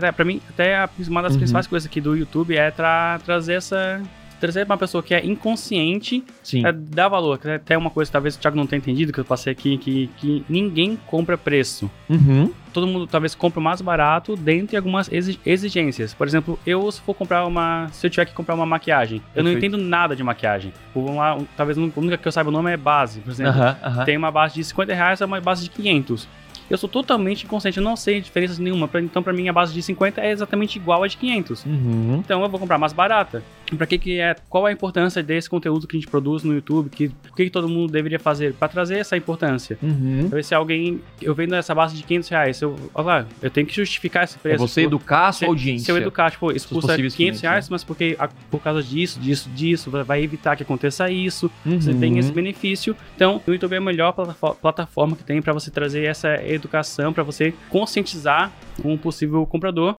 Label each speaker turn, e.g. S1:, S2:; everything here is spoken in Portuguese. S1: É, pra mim, até a- uma
S2: Uhum.
S1: das principais coisas aqui do YouTube é tra trazer essa. Trazer pra uma pessoa que é inconsciente
S2: Sim.
S1: é, dar valor. Que é Até uma coisa, talvez o Thiago não tenha entendido, que eu passei aqui, que, que ninguém compra preço.
S2: Uhum.
S1: Todo mundo talvez compra o mais barato dentro de algumas exi- exigências. Por exemplo, eu se for comprar uma. Se eu tiver que comprar uma maquiagem, eu não
S2: Perfeito.
S1: entendo nada de maquiagem. Ou Vamos lá, um- talvez a única que eu saiba o nome é base, por exemplo.
S2: Aham, aham.
S1: Tem uma base de 50 reais é uma base de 500. Eu sou totalmente inconsciente, eu não sei diferenças nenhuma. Pra- Então, pra mim, a base de 50 é exatamente igual a de 500.
S2: Uhum.
S1: Então, eu vou comprar mais barata. E Pra que que é? Qual é a importância desse conteúdo que a gente produz no YouTube? Que, o que, que todo mundo deveria fazer pra trazer essa importância?
S2: Uhum.
S1: Talvez se alguém... Eu vendo essa base de 500 reais, eu, olha lá, eu tenho que justificar esse
S2: É
S1: preço.
S2: você
S1: Por-
S2: educar a sua
S1: se,
S2: audiência.
S1: se eu educar, tipo, isso
S2: Seus
S1: custa
S2: possíveis
S1: 500
S2: clientes, né?
S1: reais, mas porque a- por causa disso, disso, disso, vai- vai evitar que aconteça isso.
S2: Uhum.
S1: Você tem esse benefício. Então, o YouTube é a melhor plataforma- plataforma que tem para você trazer essa educação, para você conscientizar um possível comprador